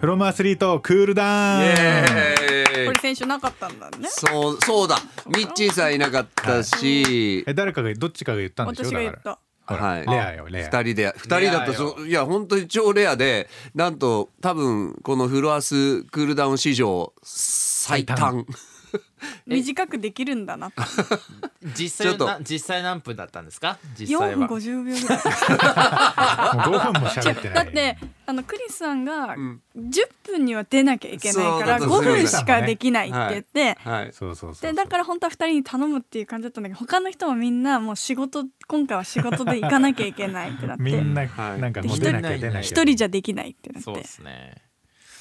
フロムアスリートクールダウンイエーイ堀選手なかったんだねそうそうだミッチーさんいなかったし、え誰かがどっちかが言ったんでしょ私が言っだたからほらはいレアよレア二人で二人だったそういや本当に超レアでなんと多分このフロアスクールダウン史上最短最短短くできるんだな実際ちょっなと実際何分だったんですか実際4分は50秒ぐらいもう5分も喋ってなだいってあのクリスさんが10ん分には出なきゃいけないかそうだらった5分しかできないって言ってはいそうそうそうでだから本当は2人に頼むっていう感じだったんだけど他の人もみんなもう仕事今回は仕事で行かなきゃいけないってなっ てみんなはいなんかでもう一出人なきゃ出なきゃ1人じゃできないってなっそうでてすね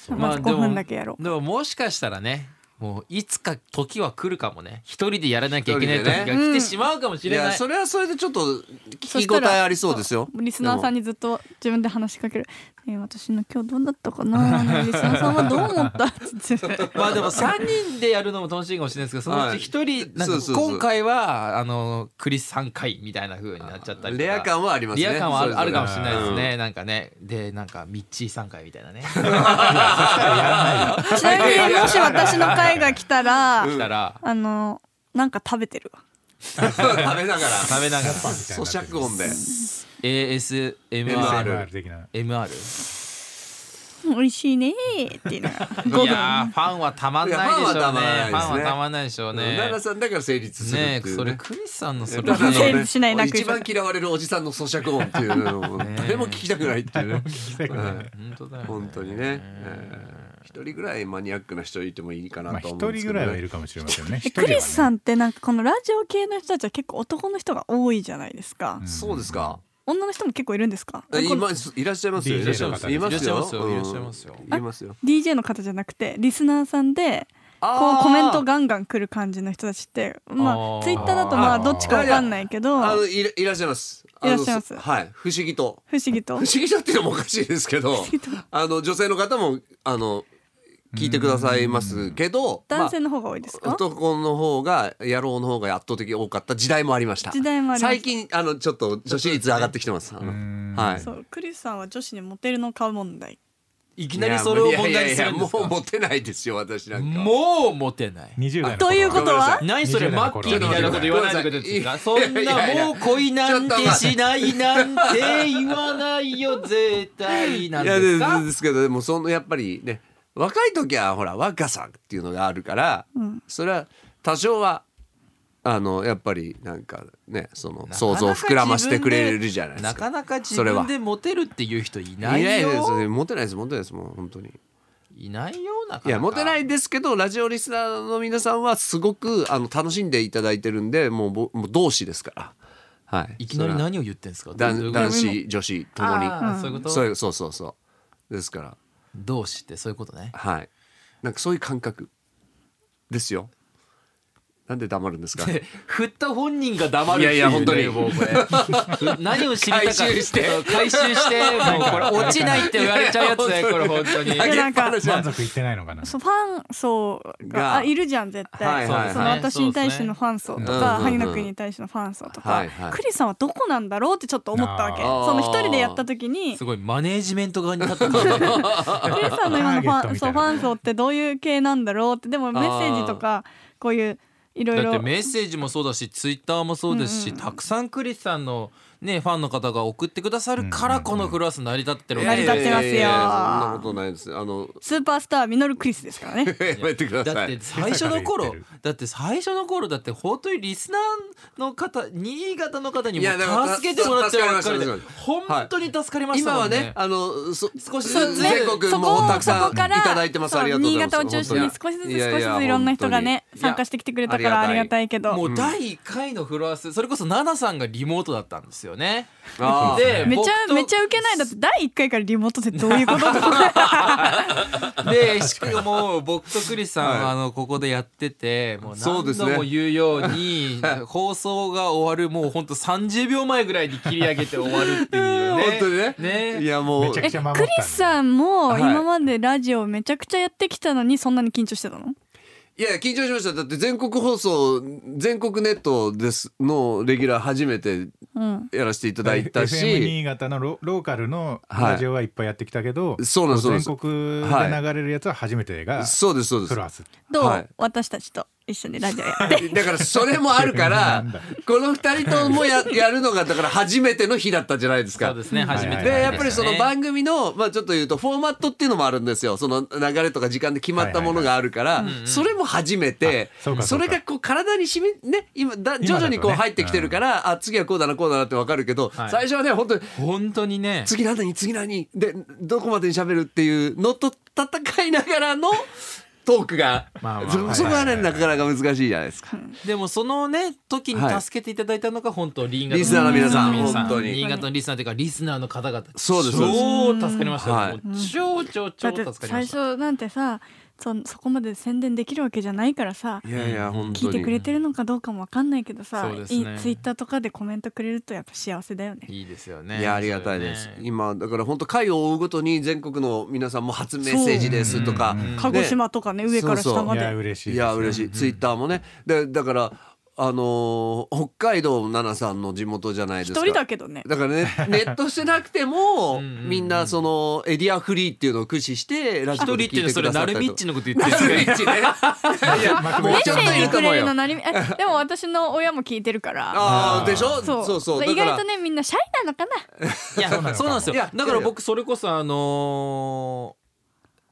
まずで5も分だけやろうでももしかしたらねもういつか時は来るかもね一人でやらなきゃいけない時が一人でね来てしまうかもしいれない,、やそれはそれでちょっとそ聞しきた応えらありそうですよそうリスナーさんににずっと自分で話しかける「ねえ私の今日どうだったかなねえリスナーさんはどう思った?」って言ってまあでも三人でやるのも楽しいかもしれないですけどそのうち一人なんそかうそうそう今回はあのクリス三回みたいな風になっちゃったりとかレア感はありますねリア感はあるそあれるぞれかもしれないですね、なんかねでなんかミッチー三回みたいなねちなみにもし私の回が来たら、来 たらあのなんか食べてるわ食べながら食べながら咀嚼音で ASMRMR MR 的な美味しいねーっていうのがいやーファンはたまんないでしょういねフやファァンはたまらないですねンはたまんないでしょうね奈良さんだから成立するねってえいうそれねクリスさんのそただれのは成ね立しない楽一番嫌われるおじさんの咀嚼音っていうのをね誰も聞きたくないっていうねはい本当だよね本当にねえー一人ぐらいマニアックな人いてもいいかまあなと一思うんです人けぐどらねいはいるかもしれませんね一人クはねリスさんってなんかこのラジオ系の人たちは結構男の人が多いじゃないですか、そうですか女の人も結構いるんですかえこいのますいらっしゃいますよ DJ いらっしゃいますいますよいらっしゃいますようんいますよ DJ の方じゃなくてリスナーさんでこあうーコメントガンガン来る感じの人たちってまあーあツイッターだとまあどっちかわかんないけどあの不思いらいらっしゃいますあいのらっしゃいますはい不思議と議と不思議とっていうのもおかしいですけど議とあの女性の方もあの聞いてくださいますけどまあ男性の方が多いですか、男の方が野郎の方が圧倒的に多かった時代もありました時代もありまし最た近あのちょっと女子率上がってきてますあのんはいそうクリスさんは女子にモテるのか問題いきなりそれを問いや題いにやいすやるんですもうかモテないですよ私なんかもうモテない20代のということは何それ20代のマッ頃キーみたいなこと言わないでくれてるんですかそんなもう恋なんてしないなんて言わないよ絶対なんいやでですかですけどでもそのやっぱりね若い時はほら若さっていうのがあるから、それは多少はあのやっぱりなんかねその想像を膨らましてくれるじゃないですなかか。なか自それは分でモテるっていう人いいないないですよモテないですモテないですもう本当にいないよなかなかいやモテないですけどラジオリスナーの皆さんはすごくあの楽しんでいただいてるんでもうぼもう同志ですからはいいきなり何を言ってんですかそれは男男子女子ともにあーそういうことそういうそうそうそうですから同志ってそういうことねはい。なんかそういう感覚ですよ。なんで黙るんです か。 振った本人が黙るってうねいやいや本当にもうこれ 何を知りたかった回収して回収してもうこれ落ちないって言われちゃうやつ だよこれ本当にいやなん か満足いってないのかなそうファン層ががあいるじゃん絶対、はいはいはいその私に対してのファン層とそうですねか、うん萩野君に対してのファン層とか、はいはいクリさんはどこなんだろうってちょっと思ったわけあーその一人でやった時にすクごいマネージメント側に立った感じリさんの今のフターゲットァンみたそいうなファン層ってどういう系なんだろうってでもメッセージとかこういういろい だってろメッセージもそうだしツイッターもそうですし、たくさんクリスさんの、ね、ファンの方が送ってくださるからこのクラス成り立ってるわ成けりで立ってますよいやいやいやそんなことないです。あのスーパースターミノルクリスですから ねやめてくだださっいて。最初のだ頃から言ってだって最初の頃だって本当にリスナーの方新潟の方にいもやだから助けてもらってるばっかりで助かりました本当に助かりました今もはんね。ね、あのそ少しずつそうですね全国そこもをうたくさそんこいからただいてます。ありがとうございます。そう新潟を中心に少しずついや少しずついろんな人がねいや参加してきてくれたからあありがたいりがたいけどもう第1回のフロアスそれこそ奈々さんがリモートだったんですよね。あーでめち僕ゃとめちゃウケないだって第1回からリモートってどういうことでしかも僕とクリスさんはあのここでやっててもうそうで何す度ねも言うように放送が終わるもうほんと30秒前ぐらいに切り上げて終わるっていうね。 本当にね。いやもうめちゃえくクちゃリ守ったんだスさんもはい今までラジオめちゃくちゃやってきたのにそんなに緊張してたの、いいや緊張しましただって全国放送全国ネットですのレギュラー初めてうんやらせていただいた FM し新潟のロローカルのはいラジオはいっぱいやってきたけど、そうなんですそうな全んです国ではい流れるやつは初めてがそうですそうでクすロアスどう、はい私たちと一緒にラジオやって だからそれもあるなか らんだこの二人ともややるのがだから初めての日だったじゃないですそかうで。すね初めてではいやっぱりその番組の、まあ、ちょっと言うとフォーマットっていうのもあるんですよその流れとか時間で決まったものがあるからそれも初めてあそうかそそうかれがこう体にしみね今今だだとね徐々にこう入ってきてるから、あ次はこうだなこうだなって分かるけど、はい最初はね本当に本当にね次何次何でどこまでに喋るっていうのと戦いながらのトークがまあまあそそこがねなかなか難しいじゃないですか。でもそのね時はいに助けていただいたのが本当新潟リスナーの皆さんリスナーの皆本当に新潟のリスナーというかリスナーの方々そうです超助かりましたよ、はいもう超超だ超って助かりました最初なんてさそそこまで宣伝できるわけじゃないからさいやいや本当に聞いてくれてるのかどうかもわかんないけどさ、そうですいいねツイッターとかでコメントくれるとやっぱ幸せだよねいいですよねいやありがたいです、それね今だから本当回を追うごとに全国の皆さんも初メッセージですとか、そううんね鹿児島とかね上から下まいでや嬉しいいや嬉しいツイッターもねでだからあのー北海道奈々さんの地元じゃないです一か人だけどねだからね ネットしてなくてもうんうんうんみんなそのエリアフリーっていうのを駆使してラジ一人オってでい聞うのはいてくそれださったナりルとミッチのこと言っナてるルミッチねいやマクベもうメッちセょっといーるジとく思うれるよのなりみえでも私の親も聞いてるからああでしょそうそうそう意だから外とねみんなシャイなのかないやそうなんですよいやだから僕それこそあのー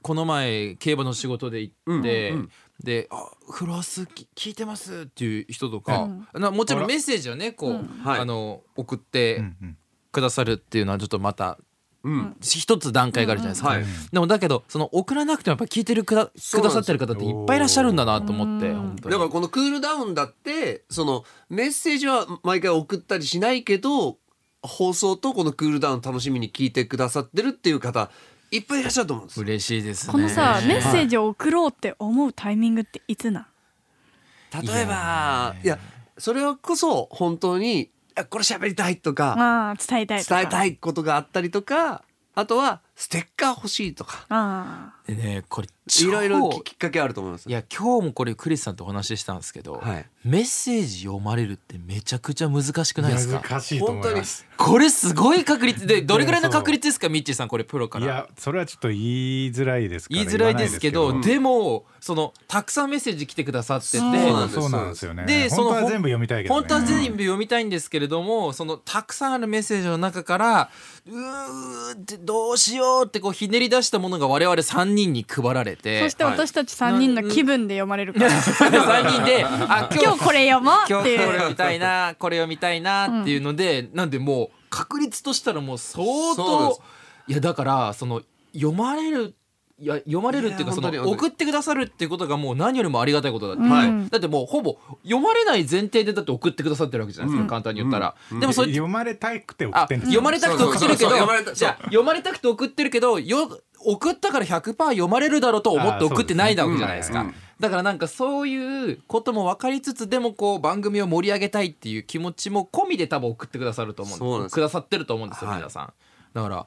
この前競馬の仕事で行って、うんうんであ「フロスき聞いてます」っていう人とか、なもちろんメッセージをねこう、うんはいあの送っうてんうんくださるっていうのはちょっとまたうん一つ段階があるじゃないですか、はいでもだけどその送らなくてもやっぱ聞いてるくだそうくなんだですさよってる方っていっぱいいらっしゃるんだなと思ってうん本当だにからこのクールダウンだってそのメッセージは毎回送ったりしないけど放送とこのクールダウン楽しみに聞いてくださってるっていう方いっぱいいらっしゃると思うんですよ。嬉しいですねこのさメッセジージを送ろうって思うタイミングっていつなん例えばいやそれはこそ本当にあこれ喋りたいとかあー伝えたいとか伝えたいいことがあったりとかあとはステッカー欲しいとかあーねこれいろいろ超きっかけあると思いますい。や今日もこれクリスさんとお話ししたんですけど、はいメッセージ読まれるってめちゃくちゃ難しくないですか難しいと思いますこれすごい確率でどれぐらいの確率ですかミッチーさんこれプロかいらやそれはちょっと言いづらいですから言いづらいですけど言わないでもそのたくさんメッセージ来てくださっててそうけもどなんですそうなんですよねでそ本の当は全部読みたいけどね本当は全部読みたいんですけれども、そのたくさんあるメッセージの中からうーってどうしようってこうひねり出したものが我々3人に配られそて して私たち3人の気分で読まれるから3人で「あ 今今日日これ読も今うっ日ていこれ読うみたいなこれ読みたいな」っていうので、なんでもう確率としたらもう相そうなんで当いやだからその読まれるいや読まれるっいていうやかそ本当にの本当に送ってくださるっていうことがもう何よりもありがたいことだって、うんはいだってもうほぼ読まれない前提でだって送ってくださってるわけじゃないですか、うん簡単に言ったら、うんでもそれ読まれたくて送あってんです読まれたくて送ってるけそうそうそうそう読まれどたじゃあ読まれたくて送ってるけどよ送ったから100%読まれるだろうと思って送ってないだわけじゃないですあかそうですだからなんかそういうことも分かりつつでもこう番組を盛り上げたいっていう気持ちも込みで多分送ってくださると思うんでそうなんですくださってると思うんですよはい皆さん。だから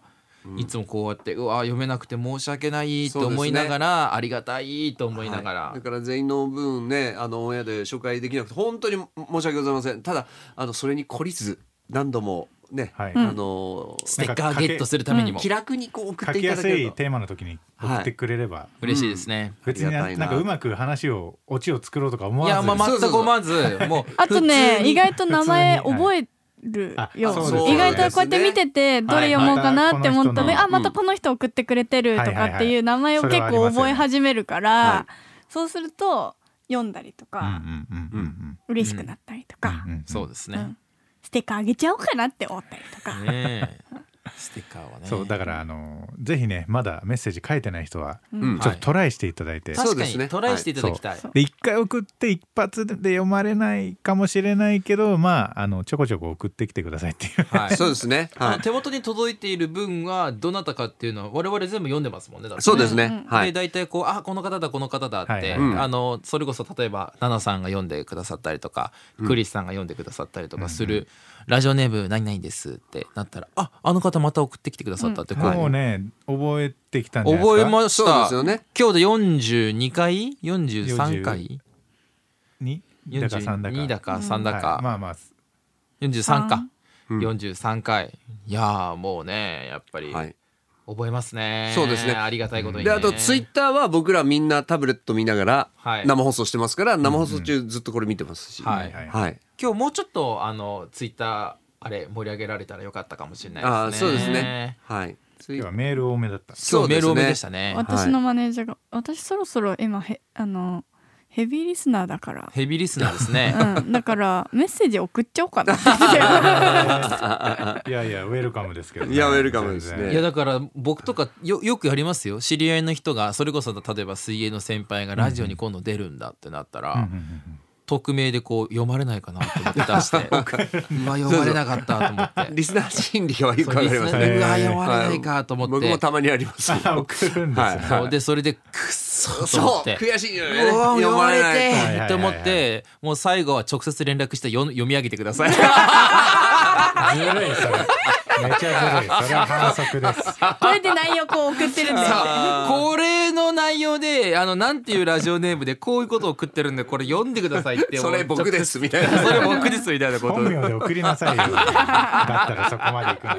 いつもこうやってうわ読めなくて申し訳ないと思いなそうがら、ありがたいと思いながら、はいだから全員の分ねあのオンエアで紹介できなくて本当に申し訳ございませんただあのそれに懲りず何度もね、はいあのステッカーゲットするためにも気楽にこう送っ書ていきたやだすけるいとテーマの時に送ってくれれば嬉しいですね。別にあなりんがたいなかうまく話をオチを作ろうとか思いわやずまあそう全そうくそう思わずもうあと普ね通に意外と名前覚えるよあそうです意外とこうやって見ててどれ読もうかなって思ったはのいにはいあまたこの人送ってくれてるとかっていう名前を結はいはいは構いそれはありますよ覚え始めるかはらそうすると読んだりとうんかうんうんうん嬉しくなったりとかうんうんそうですうね。んステッカーあげちゃおうかなって思ったりとか ねえステッカーはね。そうだからあのぜひねまだメッセージ書いてない人はうんちょっとトライしていただいて、はい確そうかですねにトライしていただきたい。そうで一回送って一発で読まれないかもしれないけどまああのちょこちょこ送ってきてくださいっていうはい。そうですねあはのい手元に届いている分はどなたかっていうのは我々全部読んでますもんね。だってそうですね、うんうんはいで大体こうあこの方だこの方だって、はいはいうんあのそれこそ例えばナナさんが読んでくださったりとか、クリスさんが読んでくださったりとかするラジオネーム何々ですってなったらああの方また送ってきてくださったってこう、もうね覚えてきたんじゃないです覚かえましそうでたすよね今日で42回43回にだか3だか42だか3だはいまかあまあ43かうん43回いやーもうねやっぱりはい覚えますねそうですねありがたいことにねであとツイッターは僕らみんなタブレット見ながらはい生放送してますから生放送中ずっとこれ見てますしはいはいはい今日もうちょっとあのツイッターあれ盛り上げられたらよかったかもしれないですねあーそうですねはいツイ今日はメール多めだった今そう日メでールす多めでねしたね私のマネージャーが私そろそろ今へあのヘビーリスナーだから、ヘビーリスナーで すねうん、だからメッセージ送っちゃおうかなって言ってていやいやウェルカムですけどね、いやウェルカムですね全然いやだから僕とかよよくやりますよ知り合いの人がそれこそ例えば水泳の先輩がラジオに今度出るんだってなったら、うんうんうん匿名でこう読まれないかなと思って出して うわ読まれなかったと思ってリスナー心理はよくそわうかりリスナますーねでうわはい読まれないかと思って、僕もたまにあ りますうん送るんですよ、はいそうでそれでくっそと思そっうて。悔しいよねう わ読まれないていはいはいはいって思ってもう最後は直接連絡して読読み上げてくださいずるいそれめちゃずるいそれは反則ですこれで内容こう送ってるんで これの内容であのなんていうラジオネームでこういうことを送ってるんでこれ読んでくださいってそれ僕ですみたいなそれ僕ですみたいなこ本と名で送りなさいよだったらそこまで行くな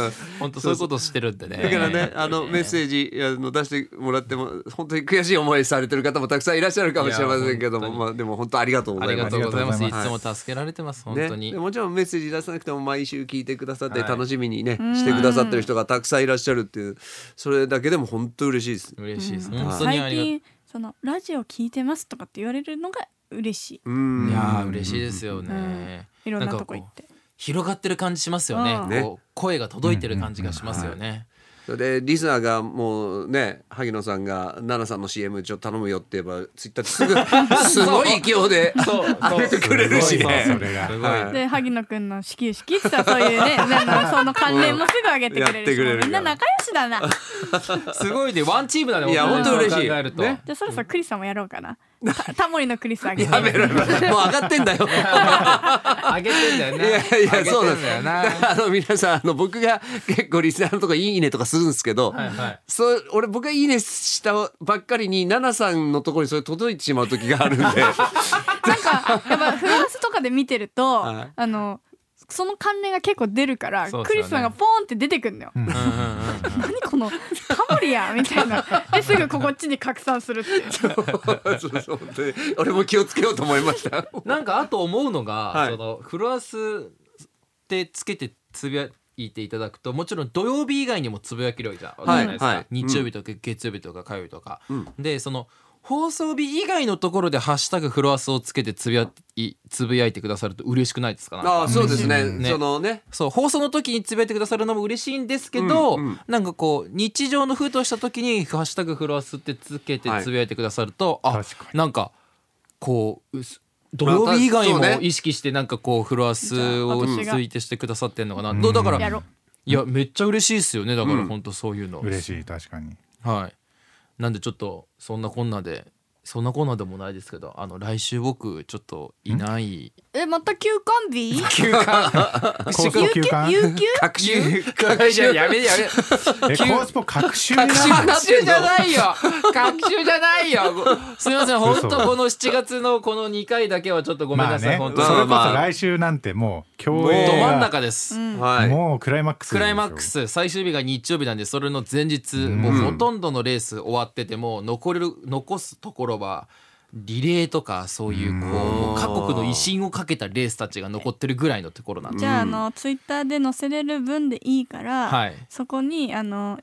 ら本当そういうことをしてるんでねだからね、あのメッセージあの出してもらっても本当に悔しい思いされてる方もたくさんいらっしゃるかもしれませんけどいも、や本当にまあでも本当ありがとうごあざいりまがすとうございますあいりがとうございますつも助けられてます本ね当にでもちろんメッセージ出さなくても毎週聞いてくださってはい楽しみにね、してくださってる人がたくさんいらっしゃるっていうそれだけでも本当嬉しいです。嬉しいですすね本当にあ最りがとう近そのラジオ聞いてますとかって言われるのが嬉しいうんいやー嬉しいですよねいろんなとかこ行っうて広がってる感じしますようんねねこう声が届いてる感じがしますよねそれでリスナーがもうね萩野さんが「奈々さんの CM ちょっと頼むよ」って言えばツイッタ ーですぐすごい勢いでそう溢れてくれるしね。そうそれがすごいはいで萩野くんの始球式ってさそういうねあのその関連もすぐ上げてうくれるしんやってくれるからみんな仲良しだなじすごいねワンチームだねいや本当に本当嬉しいそう考えるとねゃあそろそろクリさんもやろうかなたタモリのクリスあげてやめろよもう上がってん だよ。あげてんだよいねやいやそうななんでんだよすなだからあの皆さんあの僕が結構リスナーのとこ「いいね」とかするんですけど、はいはいそう俺僕が「いいね」したばっかりに奈々さんのところにそれ届いてしまう時があるん でなんかやっぱフランスとかで見てるとはいあのその関連が結構出るから、そうっすよねクリスさんがポーンって出てくんのよ、うんうんうん何このタモリやみたい なですぐこっちに拡散するっていうそうそう本当に俺も気をつけようと思いました。なんかあと思うのが、はいそのフロアスってつけてつぶやいていただくともちろん土曜日以外にもつぶやけるわけじゃん、はいないですかはい日曜日とか月曜日とか火曜日とか、うんでその放送日以外のところで「ハッシュタグフロアス」をつけてつぶやいつぶやいてくださると嬉しくないですかなんかああそうですね,、うんそのねそう放送の時につぶやいてくださるのも嬉しいんですけど、うんうんなんかこう日常のふとした時に「ハッシュタグフロアス」ってつけてはいつぶやいてくださると、あ確かなんかこううす土曜日以外まあそうもね意識してなんかこうフロアスをじゃあ私がツイートしてくださってんのかな、どうだからやろういやめっちゃ嬉しいですよねだかうらん本当そういうの、嬉しい確かにはいなんでちょっとそんなこんなでそんなこんなでもないですけどあの来週僕ちょっといないえまた休館日高有速休給館有給学習いややめやめえ休コースポ隔週なの学習じゃないよ 学習じゃないよすみません本嘘当この7月のこの2回だけはちょっとごめんまなあさい、ねそ本れ当こそにまあまあ来週なんてもう競もう泳ど真がん中です、はいもうクライマックスクライマックス最終日が日曜日なんでそれの前日、もうほとんどのレース終わってても残れる残すところはリレーとかそういうこうもう各国の威信をかけたレースたちが残ってるぐらいのところなんでじゃああのツイッターで載せれる分でいいから、はいそこにあの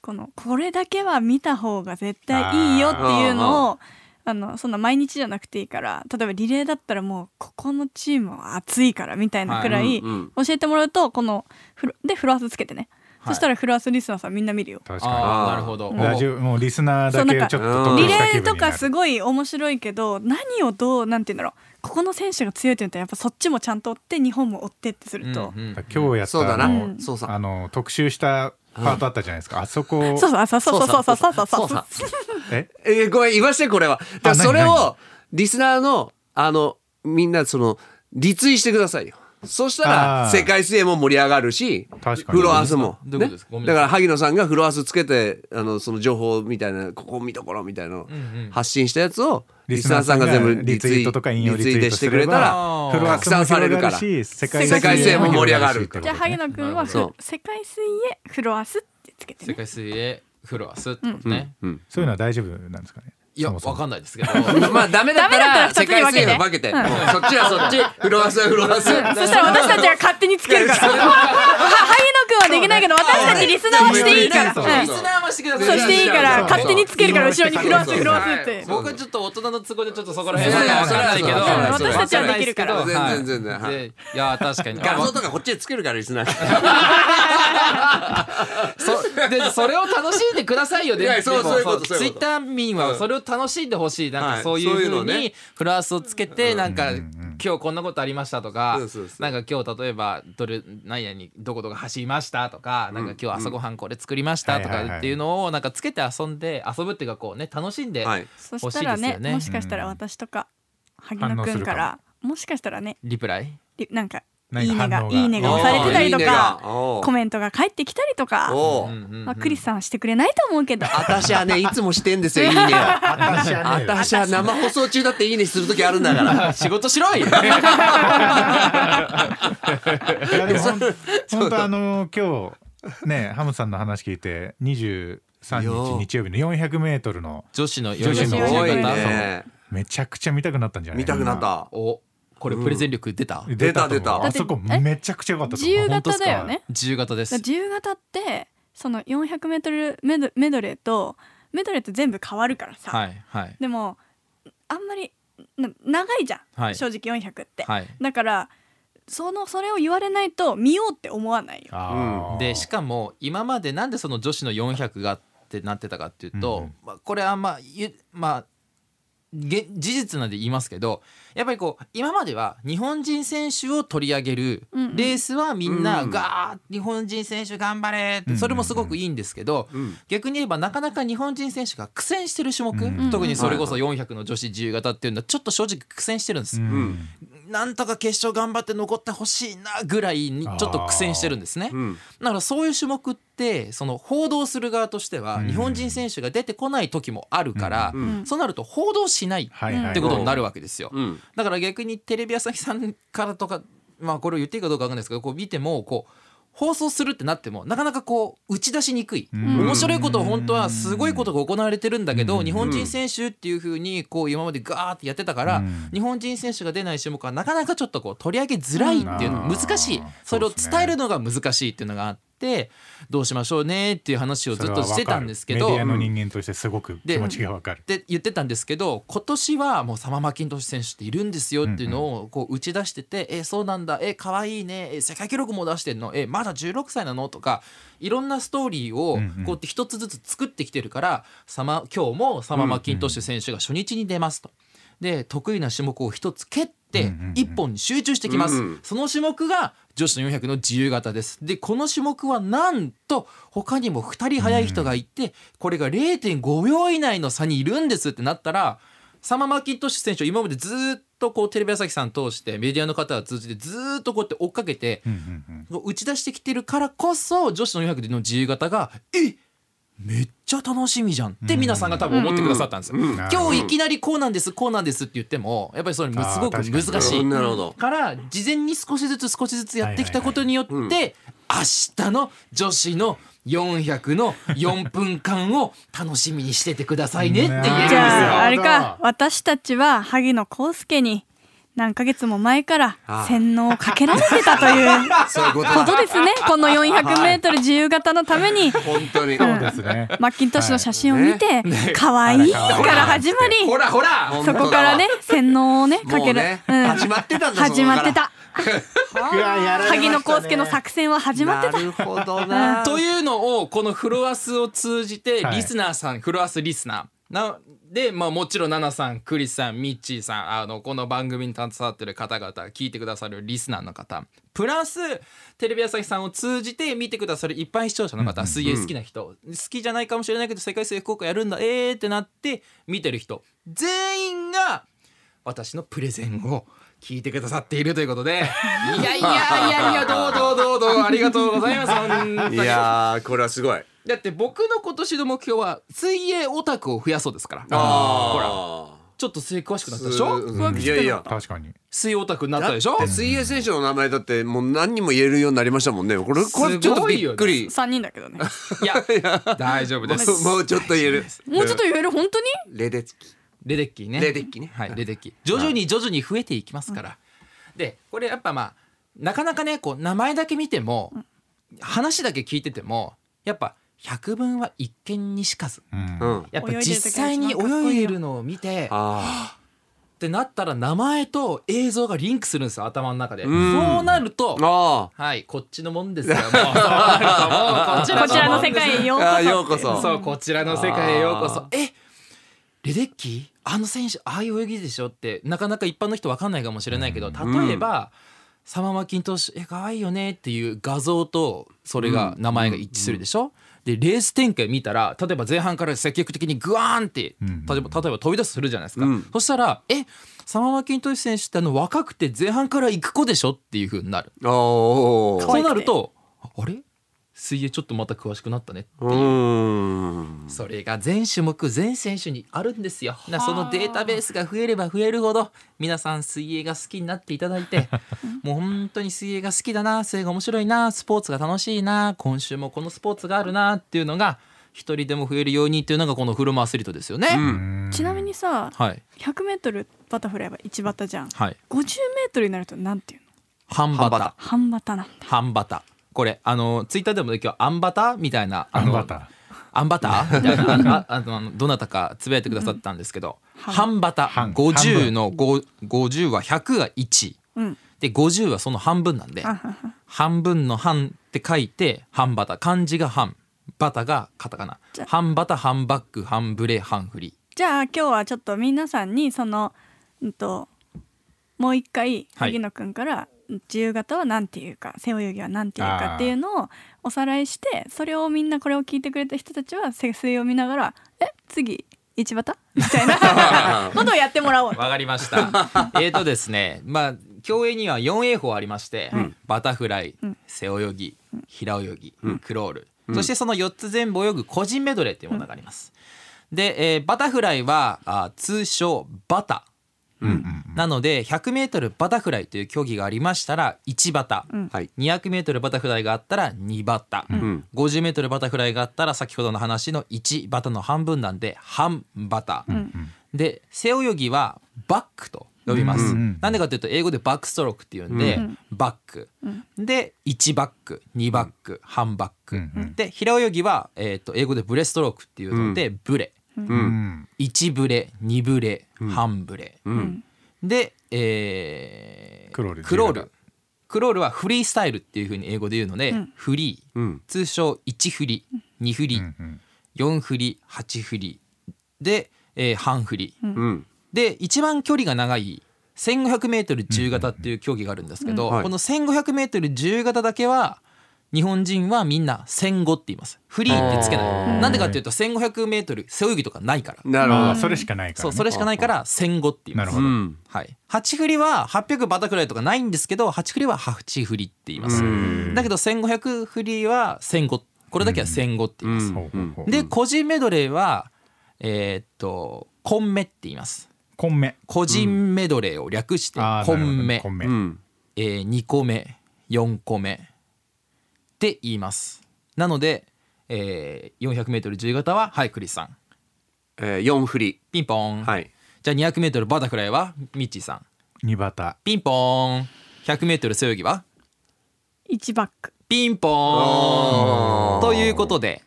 このこれだけは見た方が絶対いいよっていうのをあのそんな毎日じゃなくていいから例えばリレーだったらもうここのチームは熱いからみたいなくらはいいうんうん教えてもらうとこのフロでフロアスつけてね、はいそしたらフロアスリスナーさんみんな見るよ。確かあああーなるほどにラジオもうリスナーだけちょっと得リした気分レーになとるかすごい面白いけど何をどうなんて言うんだろうここの選手が強いって言ったらやっぱそっちもちゃんと追って日本も追ってってすると、うんうん今日やっそうだたあな、のそうさあの特集したパートあったじゃないですかあそこそうそうそうそうそうそうそうそうそうさええーごめん言わしてこれはだからあ何それ何をリスナーのあのみんなその立位してくださいよそしたらあー世界水泳も盛り上がるし確かにフロアスも、どういうことですかごめんなださいから萩野さんがフロアスつけてあのその情報みたいなここ見どころみたいなのんうん発信したやつをリリススナナーーささんんがが全部リツイートとか引用リツイートしてくれたらあフロアスも拡散されるから広がし世界世界水泳も水盛り上がるってこじゃあと萩ね野くんなはるほどふ世界水泳フロアスってつけて世ね界水泳フロアスってことね、うんそういうのは大丈夫なんですかねいやそもそもわかんないですけどまあダメだったら世ダメだ界った水ら二つに分けて泳は分けてもうそっちはそっちフロアスはフロアスそしたら私たちは勝手につけるからは萩野くんはできないけど私たちリスナーはしていいからそううんリスナーはしてくだそさういしていいから勝手につけるから後ろにフロアスフロアスって僕はちょっと大人の都合でちょっとそこら辺いやいやわかんないけそどれはそうわかんない私たちはできるからわんないですけど全然全然はいはいでいや確かに画像とかこっちで作るからリスナーそでそれを楽しんでくださいよねいやそうでもそういうことそうツいイうこッとター民はそれを楽しんでほしいなんはかいそういうそういうふのうねにフランスをつけてなんかうんう今日こんなことありましたとかそうそうそうなんか今日例えばどれ何々どこどこ走りましたとかなんか今日朝ごはんこれ作りましたとはいはいはかいっていうのをなんかつけて遊んで遊ぶっていうかこうね楽しんではいそしたら欲しねいですよねもしかしたら私とか萩野くんからもしかしたらねリプライりなんかい何いかね反が応がいいねが押されてたりとかコメンメントが返ってきたりとか、おうんーうんうんまあ、クリスさんはしてくれないと思うけど私はねいつもしてんです よいいねを私はね私は生放送中だっていいねする時あるんだから仕事しろいいやでもほん本当あの今日ねハムさんの話聞いて23日日曜日の 400m の 女子の女子の400多い多ねめちゃくちゃ見たくなったんじゃない見たくなったおこれプレゼン力出た出たと思う出た出たあそこめちゃくちゃ良かったと自思う由形だよね自由形です自由形ってその 400m メドメドレーとメドレーって全部変わるからさ、はいはいでもあんまりな長いじゃん、はい正直400って、はいだからそのそれを言われないと見ようって思わないよあーでしかも今までなんでその女子の400がってなってたかっていうと、うんうんまあ、これあんまゆまあげ事実なんで言いますけどやっぱりこう今までは日本人選手を取り上げるうんうんレースはみんなうんガーッ日本人選手頑張うんれっうてんそれもすごくいいんですけどうん逆に言えばなかなか日本人選手が苦戦してる種目、うん特にそれこそ400の女子自由形っていうのはちょっと正直苦戦してるんです、うんうんなんとか決勝頑張って残ってほしいなぐらいにちょっと苦戦してるんですね。うんだからそういう種目ってその報道する側としてはうん日本人選手が出てこない時もあるから、うんうんそうなると報道しないっはいはいてことになるわけですよ。うんだから逆にテレビ朝日さんからとか、まあ、これを言っていいかどうかわかんないですけどこう見てもこう放送するってなってもなかなかこう打ち出しにくい、うん面白いこと本当はすごいことが行われてるんだけど、うん日本人選手っていうふうにこう今までガーってやってたから、うん日本人選手が出ない種目はなかなかちょっとこう取り上げづらいっていうの難しい、うんあーそれを伝えるのが難しいっていうのがあってどうしましょうねっていう話をずっとしてたんですけど。それはわかるメディアの人間としてすごく気持ちがわかるって言ってたんですけど今年はもうサマー・マッキントッシュ選手っているんですよっていうのをこう打ち出してて「えそうなんだえ可愛いねえ世界記録も出してんのえまだ16歳なの?」とかいろんなストーリーをうんうんこうやって一つずつ作ってきてるからサマ今日もサマー・マッキントッシュ選手が初日に出ますと。で得意な種目を一つ蹴っうんうんてうん一本に集中してきます、うんその種目が女子の400の自由形ですでこの種目はなんと他にも2人速い人がいて、これが0.5秒以内の差にいるんですってなったらサマー・マッキントッシュ選手今までずっとこうテレビ朝日さん通してメディアの方を通じてずっとこうやって追っかけてうんうんうん打ち出してきてるからこそ女子の400の自由形がえめっちゃ楽しみじゃんって皆さんが多分思ってくださったんですよ。うんなるほ今ど日いきなりこうなんですこうなんですって言ってもやっぱりそれむすごくあー確かに難しういんなるほどから事前に少しずつ少しずつやってきたことによってはい明はい日の女子の400の4分間を楽しみにしててくださいねって言えるんですじよ。ゃああなるれほどか私たちは萩野公介に何ヶ月も前からああ洗脳をかけられてたというそういうことこだとですねこの 400m 自由形のため に本当にそうです ねマッキントッシュの写真を見て可愛、いから始まりほらほらほらそこからね洗脳をねもかうける、ねうん始まってたんだ始まってたうわやられましたね萩野公介の作戦は始まってたなるほどなというのをこのフロアスを通じてはいリスナーさん、フロアスリスナーなで、まあ、もちろんナナさんクリスさんミッチーさんあのこの番組に携わってる方々聞いてくださるリスナーの方プラステレビ朝日さんを通じて見てくださる一般視聴者の方、水泳好きな人、好きじゃないかもしれないけど世界水泳福岡やるんだえーってなって見てる人全員が私のプレゼンを聞いてくださっていると いうことでいやいやいやいやどうどうどうどうありがとうございます本当いにやーこれはすごいだって僕の今年の目標は水泳オタクを増やそうですからほらあちょっと水泳詳しくなったーでしょすうんいやいや確かに水泳オタクになったでしょだって水泳選手の名前だってもう何人も言えるようになりましたもんねこれこれちょっとびっくり3人だけどねいや大丈夫ですごめんもうちょっと言えるもうちょっと言える本当 にレデツキレデッキーねレデッキねはいレデッキ徐々に徐々に増えていきますから、でこれやっぱまあなかなかねこう名前だけ見ても、話だけ聞いててもやっぱ百聞は一見にしかずうんうんあやっ泳ぱいでる時が実際に一番かっこいいよ泳いでるのを見てっあてなったら名前と映像がリンクするんですよ頭の中んで、そうなるとあはいこっちのもんで すよもうそうなるともうこちらこちらもんのです世界へようこあそーようこそそうこちらの世界へようこそえレデッキーあの選手ああいう泳ぎでしょってなかなか一般の人わかんないかもしれないけどん例えば、サマーマキントッシュえ可愛いよねっていう画像とそれが名前が一致するでしょ、でレース展開見たら例えば前半から積極的にグワーンってうん例えば例えば飛び出すとするじゃないですか、うんそしたらえサマーマキントッシュ選手ってあの若くて前半から行く子でしょっていう風になるあおそうなるとあれ水泳ちょっとまた詳しくなったねうーんそれが全種目全選手にあるんですよなそのデータベースが増えれば増えるほど皆さん水泳が好きになっていただい てもう本当に水泳が好きだな水泳が面白いなスポーツが楽しいな今週もこのスポーツがあるなっていうのが一人でも増えるようにっていうのがこのフルマアスリートですよね、うんちなみにさはい100メートルバタフライは1バタじゃんはい50メートルになるとなんていうの半バタ半バ タなんだ半バタこれあのツイッターでもね今日アンバタみたいなああのんバタアンバターみたいなあのあ あのあのどなたかつぶやいてくださったんですけど半バタ半50の5 50は100が1うんで50はその半分なんであはは半分の半って書いて半バタ漢字が半バタがカタカナじゃあ半バタ半バック半ブレ半振りじゃあ今日はちょっと皆さんにそのうんともう一回はい萩野くんから自由形は何ていうか背泳ぎは何ていうかっていうのをおさらいしてそれをみんなこれを聞いてくれた人たちは背水を見ながら「え次一バタ?」みた いなことをやってもらおうわかりました えーとですねまあ競泳には 4A 法ありまして、バタフライ、背泳ぎ平泳ぎ、クロール、そしてその4つ全部泳ぐ個人メドレーっていうものがあります、で、えーバタフライはあ通称バタなので 100m バタフライという競技がありましたら1バタ、はい 200m バタフライがあったら2バタ、ん 50m バタフライがあったら先ほどの話の1バタの半分なんで半バタ、で背泳ぎはバックと呼びます、うんうんなんでかというと英語でバックストロークっていうんで、バック、で1バック2バック、半バック、うんうんで平泳ぎは、えー、と英語でブレストロークっていうので、ブレうん1ブレ2ブレ、半ブレ、で、えークロールクロールクロールはフリースタイルっていうふうに英語で言うので、フリー、ん通称1フリ2フリ、うんうん4フリ8フリで、えー半フリ、うんで一番距離が長い 1500m 自由形っていう競技があるんですけど、うんはいこの 1500m 自由形だけは日本人はみんな戦後って言いますフリーってつけないなんでかっていうと 1500m 背泳ぎとかないから、なるほあどーそれしかないからそうねそれしかないから戦後って言いますなるほどうんはい、8振りは800バタフライとかないんですけど8振りは8振りって言いますだけど1500振りは15これだけは15って言います、ほうほうほうで個人メドレーはえーっとコンメって言いますコンメ個人メドレーを略してあーコなるほどンねメ、コンメうんえー2個目4個目って言いますなので、えー、400m 自由形ははいクリスさんえー四振りピンポーン、はいじゃあ 200m バタフライはミッチーさん二バタピンポーン 100m 背泳ぎは一バックピンポーンということで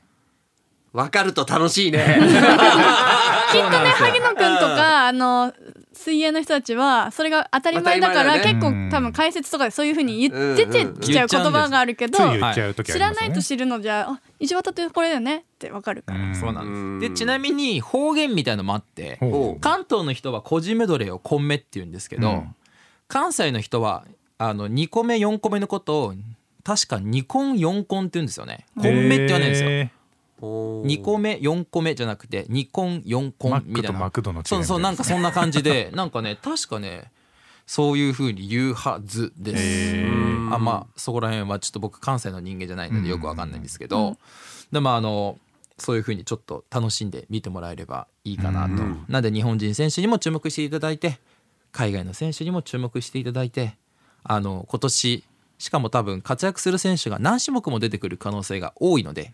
わかると楽しいねきっとね萩野くんとかあの水泳の人たちはそれが当たり前だから当たり結前だね構多分解説とかでそういうふうに言っててきちゃう言葉があるけどつい言っちゃう時あり知まらすよねないと知るのじゃあ一番たってこれだよねってわかるから、うんそうなうんんですでちなみに方言みたいのもあってほ関東の人は個人メドレーを「コンメ」って言うんですけど、うん関西の人はあの2個目4個目のことを確か2コン4コンって言うんですよね。うコンメって言わないんですよ。へ2 2個目4個目じゃなくて2コン4コマンッみクたいとなマクドの違いみたいな そうそうなんかそんな感じでなんかね確かねそういうふうに言うはずです。へーあんまそこら辺はちょっと僕関西の人間じゃないのでよくわかんないんですけど、でもあのそういうふうにちょっと楽しんで見てもらえればいいかなと、なんで日本人選手にも注目していただいて海外の選手にも注目していただいてあの今年しかも多分活躍する選手が何種目も出てくる可能性が多いので、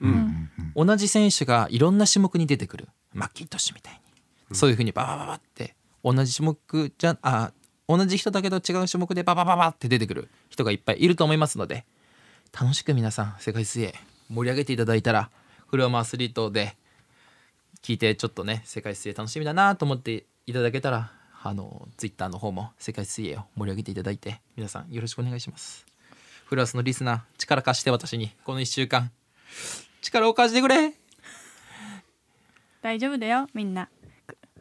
同じ選手がいろんな種目に出てくるマッキントッシュみたいに、そういうふうにババババって同じ種目じゃあ同じ人だけど違う種目でババババって出てくる人がいっぱいいると思いますので楽しく皆さん世界水泳盛り上げていただいたらフルアマアスリートで聞いてちょっとね世界水泳楽しみだなと思っていただけたらあのツイッターの方も世界水泳を盛り上げていただいて皆さんよろしくお願いしますフラスのリスナー力貸して私にこの1週間力を貸してくれ大丈夫だよみんな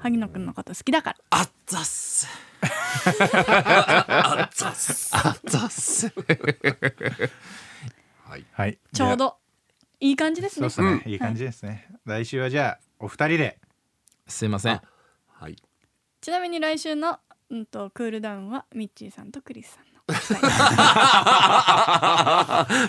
萩野くんのこと好きだからあっざっすあっざっすあっざっ すはいちじょうゃあどいい感じですそうねですね、いい感じですね、来週はじゃあお二人ですいませんはいちなみに来週の、うん、とクールダウンはミッチーさんとクリスさんのお二人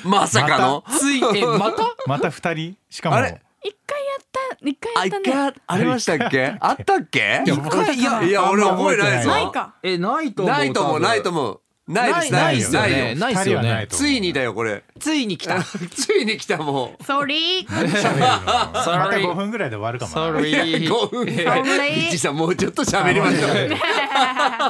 まさかのついえまたまた二人しかもあれ一回やった一回あやっ一たね回ありましたっけあったっけや覚えてないいやいや俺覚えてないぞないかえないと思うないと思うないと思思うないですないですないよないねよないっ二すよね人はないと思ついにだよこれ ついに来たついに来たもソーリー喋るのまた Sorry 5分ぐらいで終わるかもなういや Sorry 5分えはいそんなにリッチーさんもうちょっと喋りましょ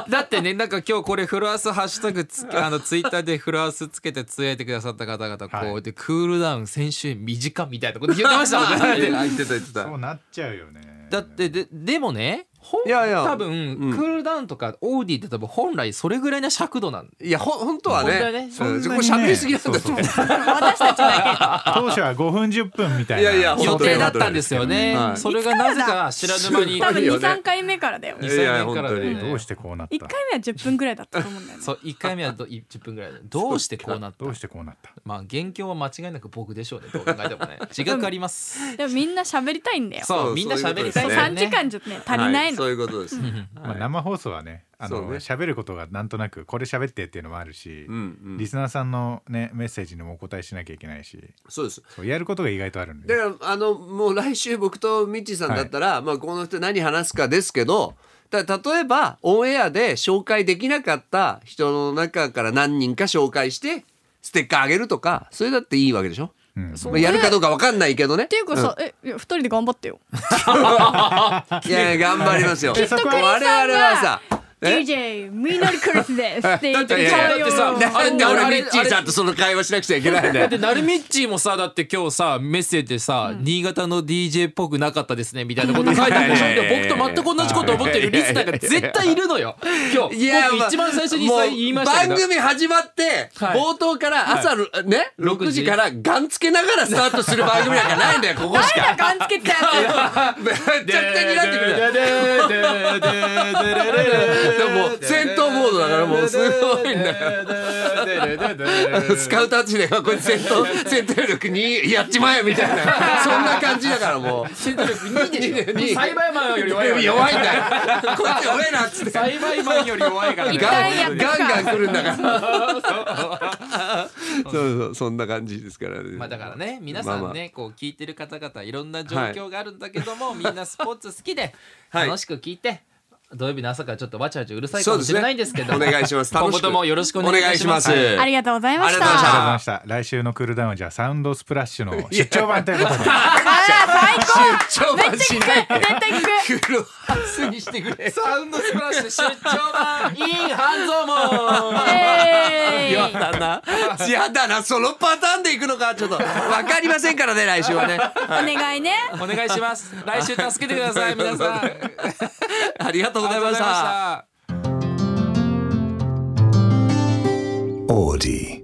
う だってねなんか今日これフロアスハッシュタグ つあのツイッターでフロアスつけてつぶやいてくださった方々こう、はいでクールダウン先週短みたいなこと言ってまし たもんね言ってた言ってたそうなっちゃうよねだってででもねほんいやいや多分、うんクールダウンとかオーディって多分本来それぐらいの尺度なんいやほ本当は本当はねねそうんんなにこねれ喋りすぎなん だと思う私たちだ当初は5分10分みたいないやいや予本当定にだったんですよね、はいそれがなぜか知らぬ間 にけ多分いいよね23回目からだよ2 3いやいや年からだよ本当ねにどうしてこうなっ1た回目は10分ぐらいだったと思うんだよねそう1回目はど10分ぐらいでどうしてこうなったどうしてこうなったまあ元凶は間違いなく僕でしょうねどう考えてもね自覚ありますでもみんな喋りたいんだよそそううみんな喋りたいそうから3ね時間じゃね足りないはそうのいうことですうんまあ、生放送はねあそうのね喋、ることがなんとなくこれ喋ってっていうのもあるし、うんリスナーさんの、ね、メッセージにもお答えしなきゃいけないしそうですそうやることが意外とあるんだでからあのもう来週僕とミッチーさんだったら、まあ、この人何話すかですけどただ例えばオンエアで紹介できなかった人の中から何人か紹介してステッカーあげるとかそれだっていいわけでしょ、そうまあ、やるかどうか分かんないけどねっていうかさ、えいや2人で頑張ってよいやいや 頑張りますよきっとクリ我々はさえ DJ みのりクリスですって言 だっっててきただらっよて さなんであれ俺ミッチーさんとその会話しなくちゃいけないんだだよってなるみっちーもさだって今日さメッセージでさ、新潟の DJ っぽくなかったですねみたいなこと書いてあるでしょいやいやいやいでやも僕と全く同じこと思ってるリスナーが絶対いるのよ今日僕一番最初にもうさ言いましたけど番組始まって、はい冒頭から朝、ね、 6 6時時からガンつけながらスタートする番組なんかないん だよ、ここしか。ガンつけてやめっちゃくちゃになってくる。でももう戦闘モードだからもうすごいんだ よ。スカウターたちでこれ戦闘戦闘力にやっちまえみたいなそんな感じだからもう戦闘力2でしょ2栽培マンより弱いよ弱ねいんだよこうやって弱えなっつって栽培マンより弱いからね一回ガやンっガたンかガン来るんだから そうそうそんな感じですからねまあだからね皆さんね、まあまあこう聞いてる方々いろんな状況があるんだけども、みんなスポーツ好きで はい楽しく聞いて、土曜日の朝からちょっとわちゃわちゃうるさいそかうもでしすれねないんですけどお願いします今楽後しくともよろしくお願いしますお 願いし つありがとうございましありがとうございましたたありがとうございました来週のクールダウンはじゃあサウンドスプラッシュの出張版ということで 出張版しない絶対聞く黒ハウスにしてくれサウンドスプラッシュ出張版 in 半蔵 門えやーだなやだなそのパターンでいくのかちょっとわかりませんからね来週はねお願いね お願いします来週助けてください皆さんありがとうありがとうごござざいいままししたた Audi.